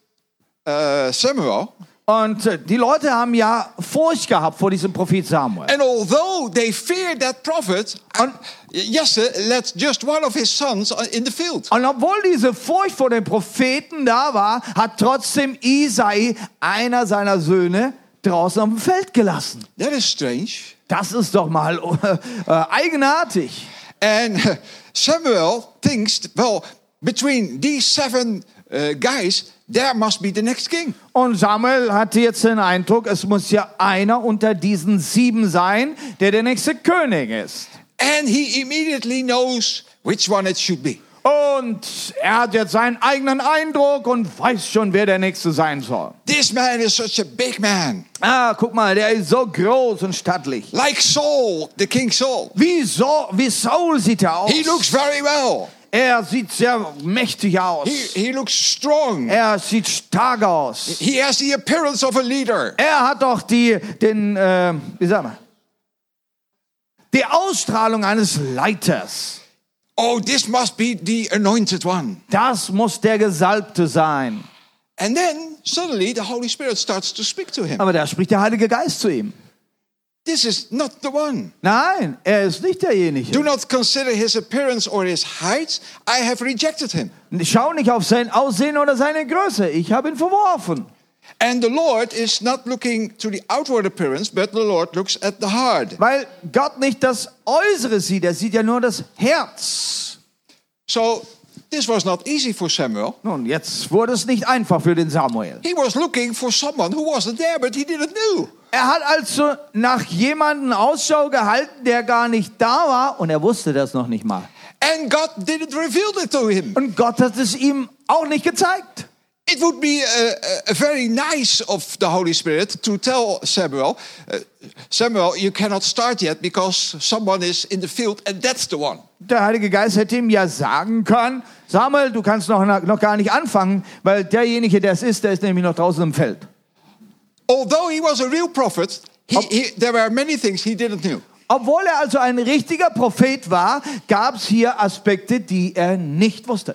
Speaker 1: uh, Samuel,
Speaker 2: Und äh, die Leute haben ja Furcht gehabt vor diesem Prophet Samuel.
Speaker 1: and although they feared that prophet, and Jesse let just one of his sons uh, in the field.
Speaker 2: Und obwohl diese Furcht vor dem Propheten da war, hat trotzdem Isai einer seiner Söhne draußen auf dem Feld gelassen.
Speaker 1: That is strange.
Speaker 2: Das ist doch mal [laughs] äh, eigenartig.
Speaker 1: And [laughs] Samuel thinks, well, between these seven uh, guys, there must be the next king.
Speaker 2: Und Samuel hatte jetzt den Eindruck, es muss ja einer unter diesen sieben sein, der der nächste König ist.
Speaker 1: And he immediately knows which one it should be.
Speaker 2: Und er hat jetzt seinen eigenen Eindruck und weiß schon, wer der nächste sein soll.
Speaker 1: This man is such a big man,
Speaker 2: Ah, guck mal, der ist so groß und stattlich.
Speaker 1: like Saul, the king Saul.
Speaker 2: Wie, so, wie Saul sieht er aus.
Speaker 1: He looks very well.
Speaker 2: Er sieht sehr mächtig aus.
Speaker 1: He, he looks strong.
Speaker 2: Er sieht stark aus.
Speaker 1: He has the appearance of a leader.
Speaker 2: Er hat doch die, den, äh, wie sag mal, die Ausstrahlung eines Leiters.
Speaker 1: Oh, this must be the anointed one.
Speaker 2: Das muss der Gesalbte sein.
Speaker 1: And then suddenly the Holy Spirit starts to speak to him.
Speaker 2: Aber da spricht der Heilige Geist zu ihm.
Speaker 1: This is not the one.
Speaker 2: Nein, er ist nicht derjenige.
Speaker 1: Do not consider his appearance or his height. I have rejected him.
Speaker 2: Schau nicht auf sein Aussehen oder seine Größe. Ich habe ihn verworfen.
Speaker 1: And the Lord is not looking to the outward appearance, but the Lord looks at the heart.
Speaker 2: Weil Gott nicht das Äußere sieht, er sieht ja nur das Herz.
Speaker 1: So this was not easy for Samuel.
Speaker 2: Nun, jetzt wurde es nicht einfach für den Samuel.
Speaker 1: He was looking for someone who wasn't there, but he didn't know.
Speaker 2: Er hat also nach jemandem Ausschau gehalten, der gar nicht da war und er wusste das noch nicht mal.
Speaker 1: And God didn't reveal it to him.
Speaker 2: Und Gott hat es ihm auch nicht gezeigt.
Speaker 1: It would be uh, uh, very nice of the Holy Spirit to tell Samuel, uh, Samuel, you cannot start yet because someone is in the field and that's the one.
Speaker 2: Der Heilige Geist hätte ihm ja sagen können, Samuel, du kannst noch, noch gar nicht anfangen, weil derjenige, der es ist, der ist nämlich noch draußen im Feld.
Speaker 1: Although he was a real prophet, he, he, there were many things he didn't know.
Speaker 2: Obwohl er also ein richtiger Prophet war, gab es hier Aspekte, die er nicht wusste.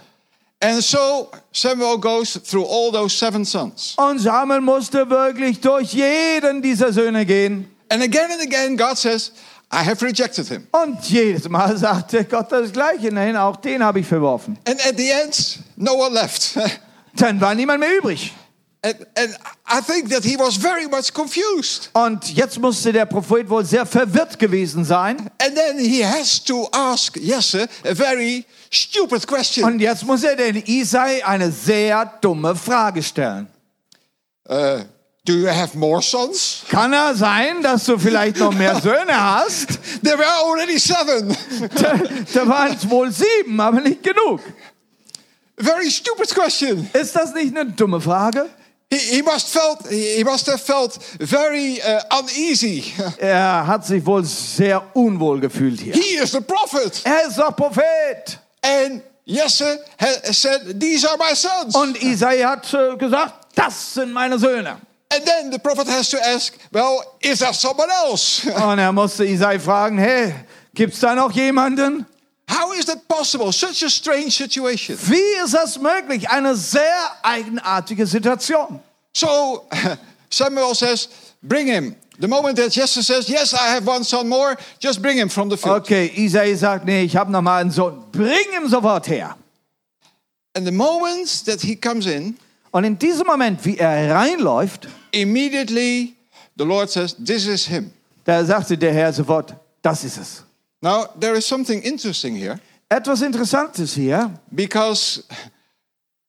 Speaker 1: And so Samuel goes through all those seven sons.
Speaker 2: Und Samuel musste wirklich durch jeden dieser Söhne gehen.
Speaker 1: And again and again, God says, I have rejected him.
Speaker 2: Und jedes Mal sagte Gott das Gleiche. Nein, auch den habe ich verworfen.
Speaker 1: And at the end, no one left. [laughs]
Speaker 2: Dann war niemand mehr übrig.
Speaker 1: and, and I think that he was very much confused.
Speaker 2: Und jetzt musste der Prophet wohl sehr verwirrt gewesen sein.
Speaker 1: And then he has to ask Jesse a very stupid question.
Speaker 2: Und jetzt muss er den Isai eine sehr dumme Frage stellen.
Speaker 1: Uh, do you have more sons?
Speaker 2: Kann er sein, dass du vielleicht noch mehr Söhne hast?
Speaker 1: There were already seven. [laughs]
Speaker 2: Da, da waren es wohl sieben, aber nicht genug.
Speaker 1: very stupid question.
Speaker 2: Ist das nicht eine dumme Frage?
Speaker 1: He, he must felt he he must have felt very uh, uneasy.
Speaker 2: Er hat sich wohl sehr unwohl gefühlt hier.
Speaker 1: he is the prophet,
Speaker 2: Er ist doch Prophet.
Speaker 1: and Jesse ha- said, "These are my sons."
Speaker 2: Und Isai hat äh, gesagt, das sind meine Söhne.
Speaker 1: and then the prophet has to ask, "Well, is there someone else? [laughs]
Speaker 2: Und er musste Isai fragen, hey, gibt's da noch jemanden?
Speaker 1: How is that possible? Such a strange situation."
Speaker 2: Wie ist das möglich? Eine sehr eigenartige Situation.
Speaker 1: So [laughs] Samuel says, Bring him. The moment that Jesse says, Yes, I have one son more, just bring him from the field.
Speaker 2: Okay, Isai sagt, nee, ich habe noch mal einen Sohn. Bring ihn sofort her.
Speaker 1: And the moment that he comes in,
Speaker 2: Und in diesem Moment, wie er reinläuft,
Speaker 1: immediately the Lord says, This is him.
Speaker 2: da sagte der Herr sofort, das ist es.
Speaker 1: Now, there is something interesting here
Speaker 2: Etwas Interessantes hier.
Speaker 1: because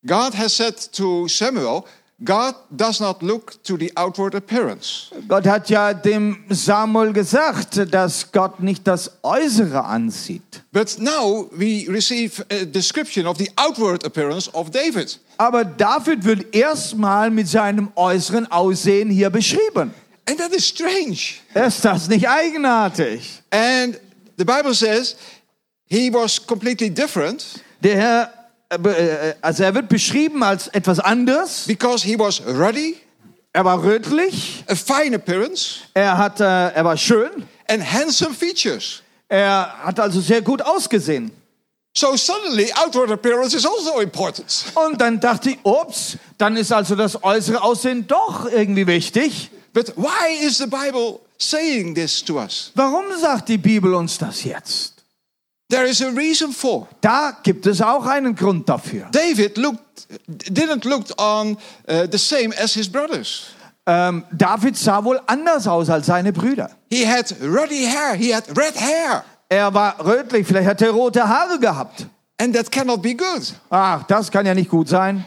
Speaker 1: God has said to Samuel, God does not look to the outward appearance.
Speaker 2: Gott hat ja dem Samuel gesagt, dass Gott nicht das Äußere ansieht.
Speaker 1: But now we receive a description of the outward appearance of David.
Speaker 2: Aber David wird erstmal mit seinem äußeren Aussehen hier beschrieben.
Speaker 1: And that is strange.
Speaker 2: Ist das nicht eigenartig?
Speaker 1: And the Bible says he was completely different
Speaker 2: Der Herr, äh, be- äh, also er wird beschrieben als etwas anderes.
Speaker 1: because he was ruddy,
Speaker 2: Er war rötlich,
Speaker 1: a fine appearance,
Speaker 2: er, hat, äh, er war schön,
Speaker 1: and handsome features.
Speaker 2: er hat also sehr gut ausgesehen.
Speaker 1: So suddenly, outward appearance is also important.
Speaker 2: Und dann dachte ich, ups, dann ist also das äußere Aussehen doch irgendwie wichtig.
Speaker 1: But why is the Bible saying this to us?
Speaker 2: Warum sagt die Bibel uns das jetzt?
Speaker 1: There is a reason for.
Speaker 2: Da gibt es auch einen Grund dafür.
Speaker 1: David looked, didn't look on uh, the same as his brothers.
Speaker 2: Ähm, David sah wohl anders aus als seine Brüder.
Speaker 1: He had ruddy hair. He had red hair,
Speaker 2: Er war rötlich, vielleicht hat er rote Haare gehabt.
Speaker 1: and that cannot be good.
Speaker 2: Ach, das kann ja nicht gut sein.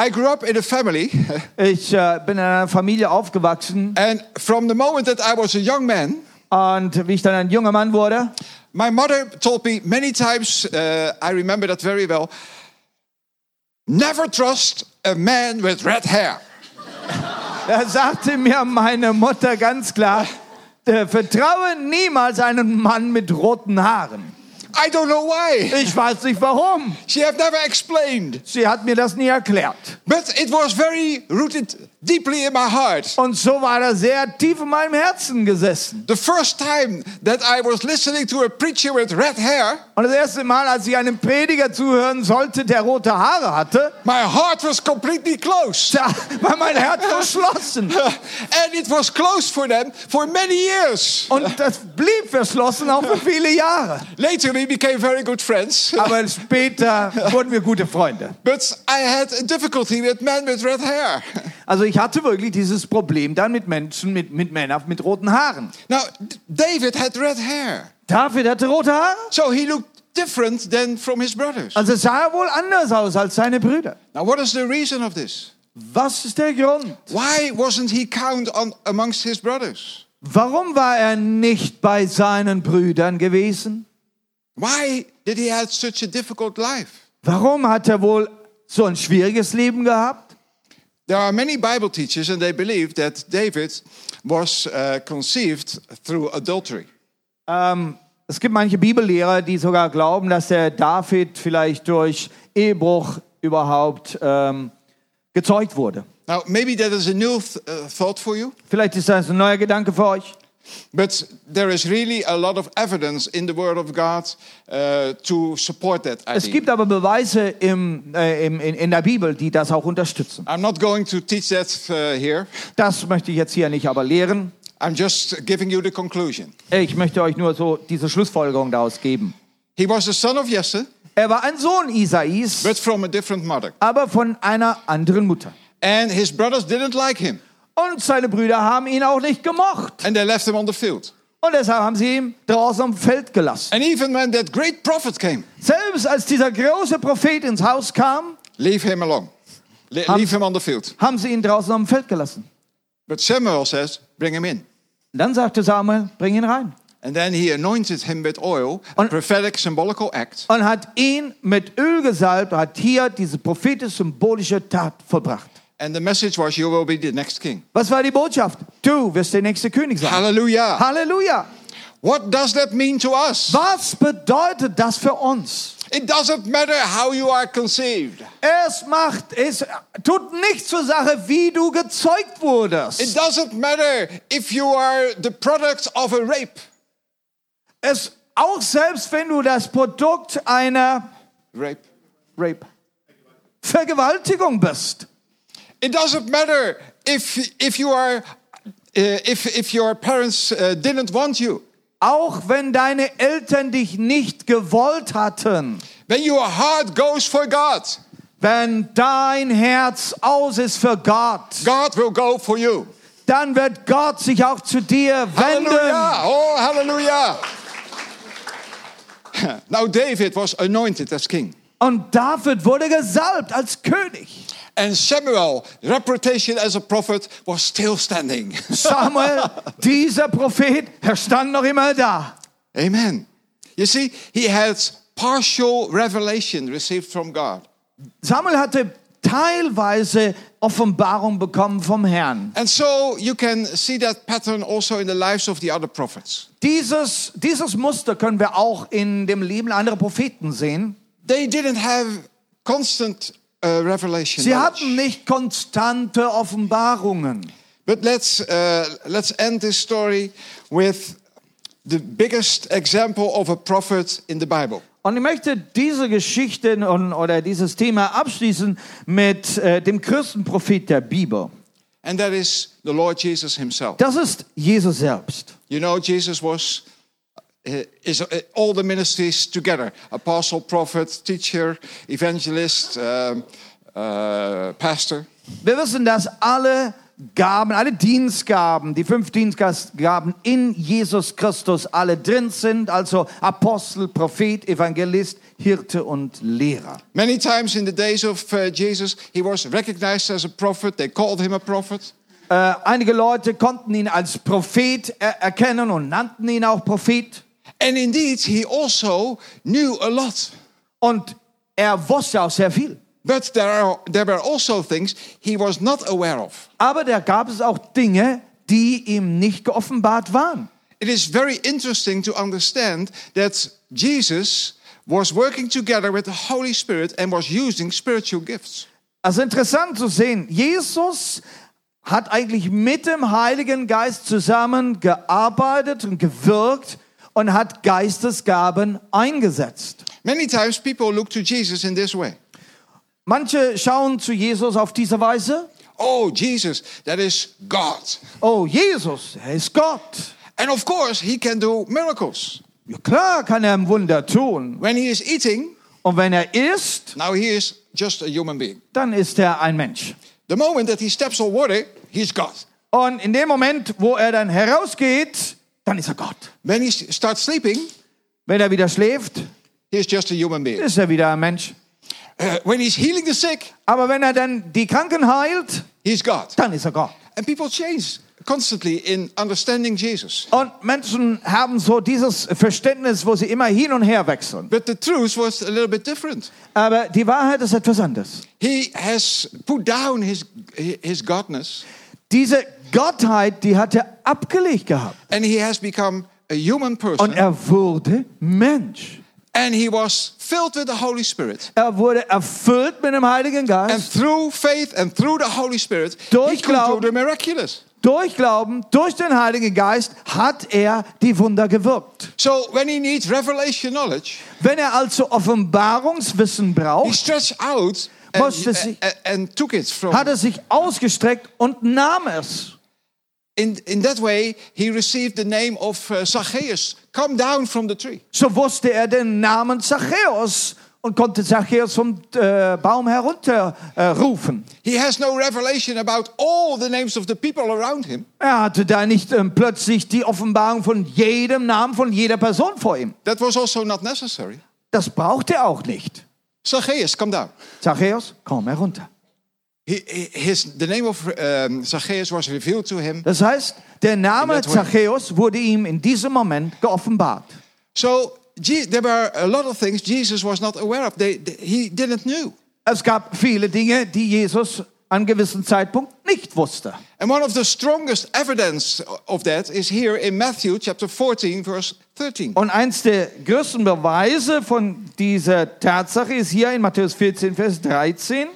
Speaker 1: I grew up in a family, [laughs]
Speaker 2: Ich äh, bin in einer Familie aufgewachsen
Speaker 1: and from the moment that I was a young man,
Speaker 2: und wie ich dann ein junger Mann wurde, [laughs]
Speaker 1: My mother told me many times, uh, I remember that very well. Never trust a man with red hair.
Speaker 2: da sagte mir meine Mutter ganz klar, äh, vertraue niemals einem Mann mit roten Haaren.
Speaker 1: I don't know why.
Speaker 2: Ich weiß nicht warum.
Speaker 1: She have never explained.
Speaker 2: Sie hat mir das nie erklärt.
Speaker 1: But it was very rooted deeply in my heart.
Speaker 2: Und so war er sehr tief in meinem Herzen gesessen.
Speaker 1: The first time that I was listening to a preacher with red hair,
Speaker 2: Und das erste Mal, als ich einem Prediger zuhören sollte, der rote Haare hatte,
Speaker 1: my heart was completely closed.
Speaker 2: da war mein Herz verschlossen.
Speaker 1: and it was closed for them for many years.
Speaker 2: Und das blieb verschlossen auch für viele Jahre.
Speaker 1: Later, we became very good friends.
Speaker 2: Aber später wurden wir gute Freunde.
Speaker 1: But I had a difficulty with men with red hair.
Speaker 2: Also ich hatte wirklich dieses Problem dann mit Menschen, mit, mit Männern mit roten Haaren.
Speaker 1: Now, D- David had red hair,
Speaker 2: David hatte rote Haare.
Speaker 1: so he looked different than from his brothers.
Speaker 2: Also sah er wohl anders aus als seine Brüder.
Speaker 1: Now, what is the reason of this?
Speaker 2: Was ist der Grund?
Speaker 1: Why wasn't he count on amongst his brothers?
Speaker 2: Warum war er nicht bei seinen Brüdern gewesen?
Speaker 1: Why did he have such a difficult life?
Speaker 2: Warum hat er wohl so ein schwieriges Leben gehabt?
Speaker 1: There are many Bible teachers, and they believe that David was uh, conceived through adultery.
Speaker 2: Ähm, es gibt manche Bibellehrer, die sogar glauben, dass der David vielleicht durch Ehebruch überhaupt ähm, gezeugt wurde.
Speaker 1: Now, maybe that is a new th- uh, thought for you,
Speaker 2: Vielleicht ist das ein neuer Gedanke für euch.
Speaker 1: but there is really a lot of evidence in the Word of God uh, to support that
Speaker 2: Es
Speaker 1: idea.
Speaker 2: gibt aber Beweise im, äh, im, in, in der Bibel, die das auch unterstützen.
Speaker 1: I'm not going to teach that uh, here.
Speaker 2: Das möchte ich jetzt hier nicht aber lehren.
Speaker 1: I'm just giving you the conclusion.
Speaker 2: Ich möchte euch nur so diese Schlussfolgerung daraus geben.
Speaker 1: He was the son of Jesse,
Speaker 2: Er war ein Sohn Isais,
Speaker 1: but from a different mother.
Speaker 2: aber von einer anderen Mutter.
Speaker 1: And his brothers didn't like him,
Speaker 2: Und seine Brüder haben ihn auch nicht gemocht.
Speaker 1: and they left him on the field.
Speaker 2: Und deshalb haben sie ihn draußen am Feld gelassen.
Speaker 1: And even when that great prophet came,
Speaker 2: Selbst als dieser große Prophet ins Haus kam,
Speaker 1: leave him alone. Le-
Speaker 2: Ham-
Speaker 1: leave him on the field.
Speaker 2: haben sie ihn draußen am Feld gelassen.
Speaker 1: But Samuel says, bring him in.
Speaker 2: Dann sagte Samuel, bring ihn rein.
Speaker 1: And then he anointed him with oil, a
Speaker 2: On-
Speaker 1: prophetic symbolical act.
Speaker 2: Und hat ihn mit Öl gesalbt, hat hier diese prophetisch-symbolische Tat vollbracht.
Speaker 1: And the message was, you will be the next king.
Speaker 2: Was war die Botschaft? Du wirst der nächste König sein.
Speaker 1: Hallelujah.
Speaker 2: Halleluja.
Speaker 1: What does that mean to us?
Speaker 2: Was bedeutet das für uns?
Speaker 1: It doesn't matter how you are conceived.
Speaker 2: Es macht, es tut nichts zur Sache, wie du gezeugt
Speaker 1: It
Speaker 2: wurdest.
Speaker 1: doesn't matter if you are the product of a rape.
Speaker 2: Es auch selbst wenn du das Produkt einer
Speaker 1: Rape.
Speaker 2: Rape Vergewaltigung bist.
Speaker 1: It doesn't matter if if you are uh, if if your parents uh, didn't want you.
Speaker 2: Auch wenn deine Eltern dich nicht gewollt hatten,
Speaker 1: When your heart goes for God,
Speaker 2: wenn dein Herz aus ist für Gott,
Speaker 1: God will go for you.
Speaker 2: dann wird Gott sich auch zu dir wenden.
Speaker 1: Hallelujah! Oh, hallelujah! [laughs] now David was anointed as king,
Speaker 2: Und David wurde gesalbt als König.
Speaker 1: and Samuel, reputation as a prophet, was still standing. [laughs]
Speaker 2: Samuel, dieser Prophet, er stand noch immer da.
Speaker 1: Amen. You see, he had partial revelation received from God.
Speaker 2: Samuel hatte teilweise Offenbarung bekommen vom Herrn.
Speaker 1: And so you can see that pattern also in the lives of the other prophets.
Speaker 2: Dieses, dieses Muster können wir auch in dem Leben anderer Propheten sehen.
Speaker 1: They didn't have constant uh, revelation.
Speaker 2: Sie
Speaker 1: knowledge.
Speaker 2: hatten nicht konstante Offenbarungen.
Speaker 1: But let's, uh, let's end this story with the biggest example of a prophet in the Bible.
Speaker 2: Und ich möchte diese Geschichte und, oder dieses Thema abschließen mit äh, dem größten Prophet der Bibel.
Speaker 1: And that is the Lord Jesus himself.
Speaker 2: Das ist Jesus selbst.
Speaker 1: You know, Jesus was uh, is uh, all the ministries together: apostle, prophet, teacher, evangelist, um, uh, pastor.
Speaker 2: Wir wissen, dass alle Gaben, alle Dienstgaben, die fünf Dienstgaben in Jesus Christus alle drin sind, also Apostel, Prophet, Evangelist, Hirte und Lehrer.
Speaker 1: Many times in the days of uh, Jesus, he was recognized as a prophet. They called him a prophet.
Speaker 2: Äh, einige Leute konnten ihn als Prophet er erkennen und nannten ihn auch Prophet.
Speaker 1: And indeed, he also knew a lot.
Speaker 2: Und er wusste auch sehr viel.
Speaker 1: But there, are, there were also things he was not aware of.
Speaker 2: Aber da gab es auch Dinge, die ihm nicht geoffenbart waren.
Speaker 1: It is very interesting to understand that Jesus was working together with the Holy Spirit and was using spiritual gifts.
Speaker 2: Also interessant zu sehen, Jesus hat eigentlich mit dem Heiligen Geist zusammen gearbeitet und gewirkt und hat Geistesgaben eingesetzt.
Speaker 1: Many times people look to Jesus in this way.
Speaker 2: Manche schauen zu Jesus auf diese Weise.
Speaker 1: Oh, Jesus, that is God.
Speaker 2: Oh, Jesus, er ist Gott.
Speaker 1: And of course, he can do miracles.
Speaker 2: Ja, klar kann er ein Wunder tun.
Speaker 1: When he is eating,
Speaker 2: Und wenn er isst,
Speaker 1: now he is just a human being.
Speaker 2: dann ist er ein Mensch.
Speaker 1: The moment that he steps on water, he's God.
Speaker 2: Und in dem Moment, wo er dann herausgeht, dann ist er Gott.
Speaker 1: When he s- starts sleeping,
Speaker 2: Wenn er wieder schläft,
Speaker 1: he's just a human
Speaker 2: [laughs]
Speaker 1: being.
Speaker 2: ist er wieder ein Mensch.
Speaker 1: Uh, when he's healing the sick,
Speaker 2: Aber wenn er dann die Kranken heilt,
Speaker 1: he's God.
Speaker 2: dann ist er Gott.
Speaker 1: And people change constantly in understanding Jesus.
Speaker 2: Und Menschen haben so dieses Verständnis, wo sie immer hin und her wechseln.
Speaker 1: But the truth was a little bit different.
Speaker 2: Aber die Wahrheit ist etwas anderes.
Speaker 1: He has put down his, his godness
Speaker 2: Diese Gottheit, die hat er abgelegt gehabt.
Speaker 1: and he has become a human
Speaker 2: Und
Speaker 1: person.
Speaker 2: er wurde Mensch.
Speaker 1: And he was filled with the Holy Spirit.
Speaker 2: Er wurde erfüllt mit dem Heiligen
Speaker 1: And
Speaker 2: Geist.
Speaker 1: through faith and through the Holy Spirit,
Speaker 2: Door
Speaker 1: he could do
Speaker 2: glauben.
Speaker 1: the miraculous.
Speaker 2: Durch Glauben, durch den Heiligen Geist hat er die Wunder gewirkt.
Speaker 1: So when he needs revelation knowledge,
Speaker 2: Wenn er also Offenbarungswissen
Speaker 1: he
Speaker 2: braucht,
Speaker 1: stretched out and,
Speaker 2: Must is-
Speaker 1: a- a- and took it from.
Speaker 2: hat er sich ausgestreckt und nahm es.
Speaker 1: In, in that way, he received the name of uh, Zacchaeus. Come down from the tree.
Speaker 2: So wusste er den Namen Zachäus und konnte Zachäus vom äh, Baum herunterrufen. Äh, rufen.
Speaker 1: He has no revelation about all the names of the people around him.
Speaker 2: er hatte da nicht ähm, plötzlich die Offenbarung von jedem Namen, von jeder Person vor ihm.
Speaker 1: That was also not necessary.
Speaker 2: Das brauchte er auch nicht.
Speaker 1: Zacchaeus, come down.
Speaker 2: Zachäus, komm herunter.
Speaker 1: He, he- his, the name of um, Zacchaeus was revealed to him.
Speaker 2: Das heißt, der Name
Speaker 1: In that way.
Speaker 2: Zachäus wurde ihm in diesem Moment geoffenbart.
Speaker 1: So Je- there were a lot of things Jesus was not aware of. They, they- he didn't knew.
Speaker 2: Es gab viele Dinge, die Jesus an gewissen Zeitpunkt nicht wusste.
Speaker 1: And one of the strongest evidence of that is here in Matthew chapter 14, verse 13.
Speaker 2: Und eins der größten Beweise von dieser Tatsache ist hier in Matthäus 14, Vers 13.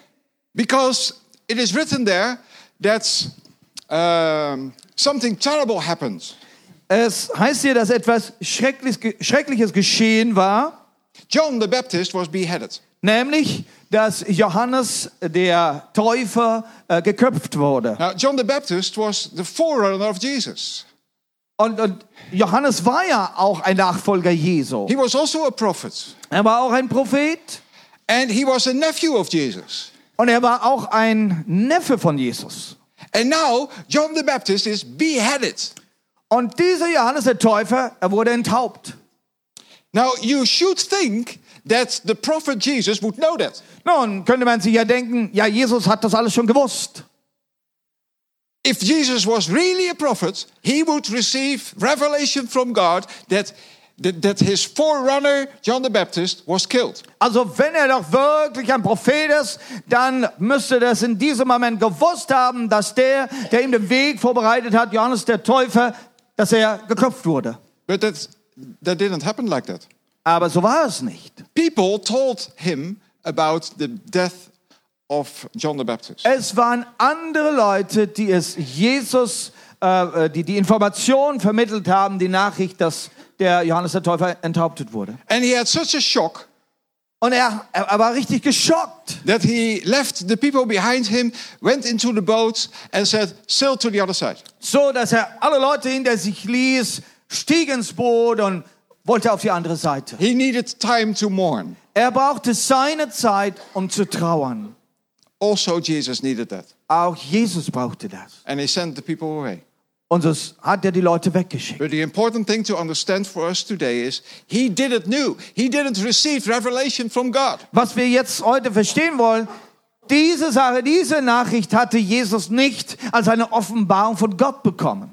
Speaker 1: Because it is written there that um, something terrible happened.
Speaker 2: Es heißt hier, dass etwas Schreckliches, Schreckliches geschehen war,
Speaker 1: John the Baptist was beheaded.
Speaker 2: nämlich, dass Johannes der Täufer äh, geköpft wurde.
Speaker 1: Now, John the Baptist was the forerunner of Jesus.
Speaker 2: Und, und Johannes war ja auch ein Nachfolger Jesu.
Speaker 1: He was also a prophet,
Speaker 2: Er war auch ein Prophet
Speaker 1: and he was a nephew of Jesus.
Speaker 2: und er war auch ein Neffe von Jesus.
Speaker 1: And now, John the Baptist is beheaded.
Speaker 2: Und dieser Johannes der Täufer, er wurde enthaubt.
Speaker 1: Now, you should think that the prophet Jesus would know that.
Speaker 2: Nun könnte man sich ja denken, ja, Jesus hat das alles schon gewusst.
Speaker 1: If Jesus was really a prophet, he would receive revelation from God that, that, that his forerunner, John the Baptist, was killed.
Speaker 2: Also wenn er doch wirklich ein Prophet ist, dann müsste das in diesem Moment gewusst haben, dass der, der ihm den Weg vorbereitet hat, Johannes der Täufer, dass er geköpft wurde.
Speaker 1: But that, that didn't happen like that.
Speaker 2: Aber so war es nicht.
Speaker 1: People told him about the death of John the Baptist.
Speaker 2: Es waren andere Leute, die es Jesus, äh, äh, die die Information vermittelt haben, die Nachricht, dass der Johannes der Täufer enthauptet wurde.
Speaker 1: And he had such a shock
Speaker 2: Und er, er er war richtig geschockt.
Speaker 1: that he left the people behind him, went into the boat, and said, Sail to the other side.
Speaker 2: So, dass er alle Leute hinter sich ließ, stieg ins Boot und wollte auf die andere Seite.
Speaker 1: He needed time to mourn.
Speaker 2: Er brauchte seine Zeit, um zu trauern.
Speaker 1: Also, Jesus needed that.
Speaker 2: Auch Jesus brauchte das.
Speaker 1: And he sent the people away.
Speaker 2: Und so hat er die Leute weggeschickt.
Speaker 1: But the important thing to understand for us today is he didn't knew. He didn't receive revelation from God.
Speaker 2: Was wir jetzt heute verstehen wollen, diese Sache, diese Nachricht hatte Jesus nicht als eine Offenbarung von Gott bekommen.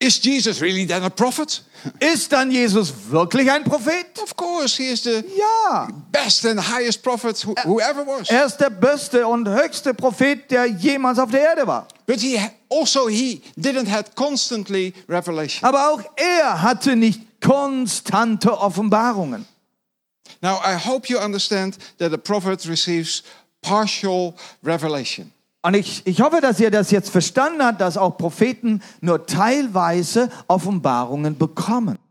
Speaker 1: Is Jesus really then a prophet?
Speaker 2: Ist dann Jesus wirklich ein Prophet?
Speaker 1: Of course, he is the
Speaker 2: Ja.
Speaker 1: best and highest prophet who, whoever was.
Speaker 2: Er ist der beste und höchste Prophet, der jemals auf der Erde war.
Speaker 1: But he ha- also he didn't have constantly revelation.
Speaker 2: Aber auch er hatte nicht konstante Offenbarungen.
Speaker 1: Now I hope you understand that a prophet receives partial revelation.
Speaker 2: Und ich, ich hoffe, dass ihr das jetzt verstanden habt, dass auch Propheten nur teilweise Offenbarungen bekommen.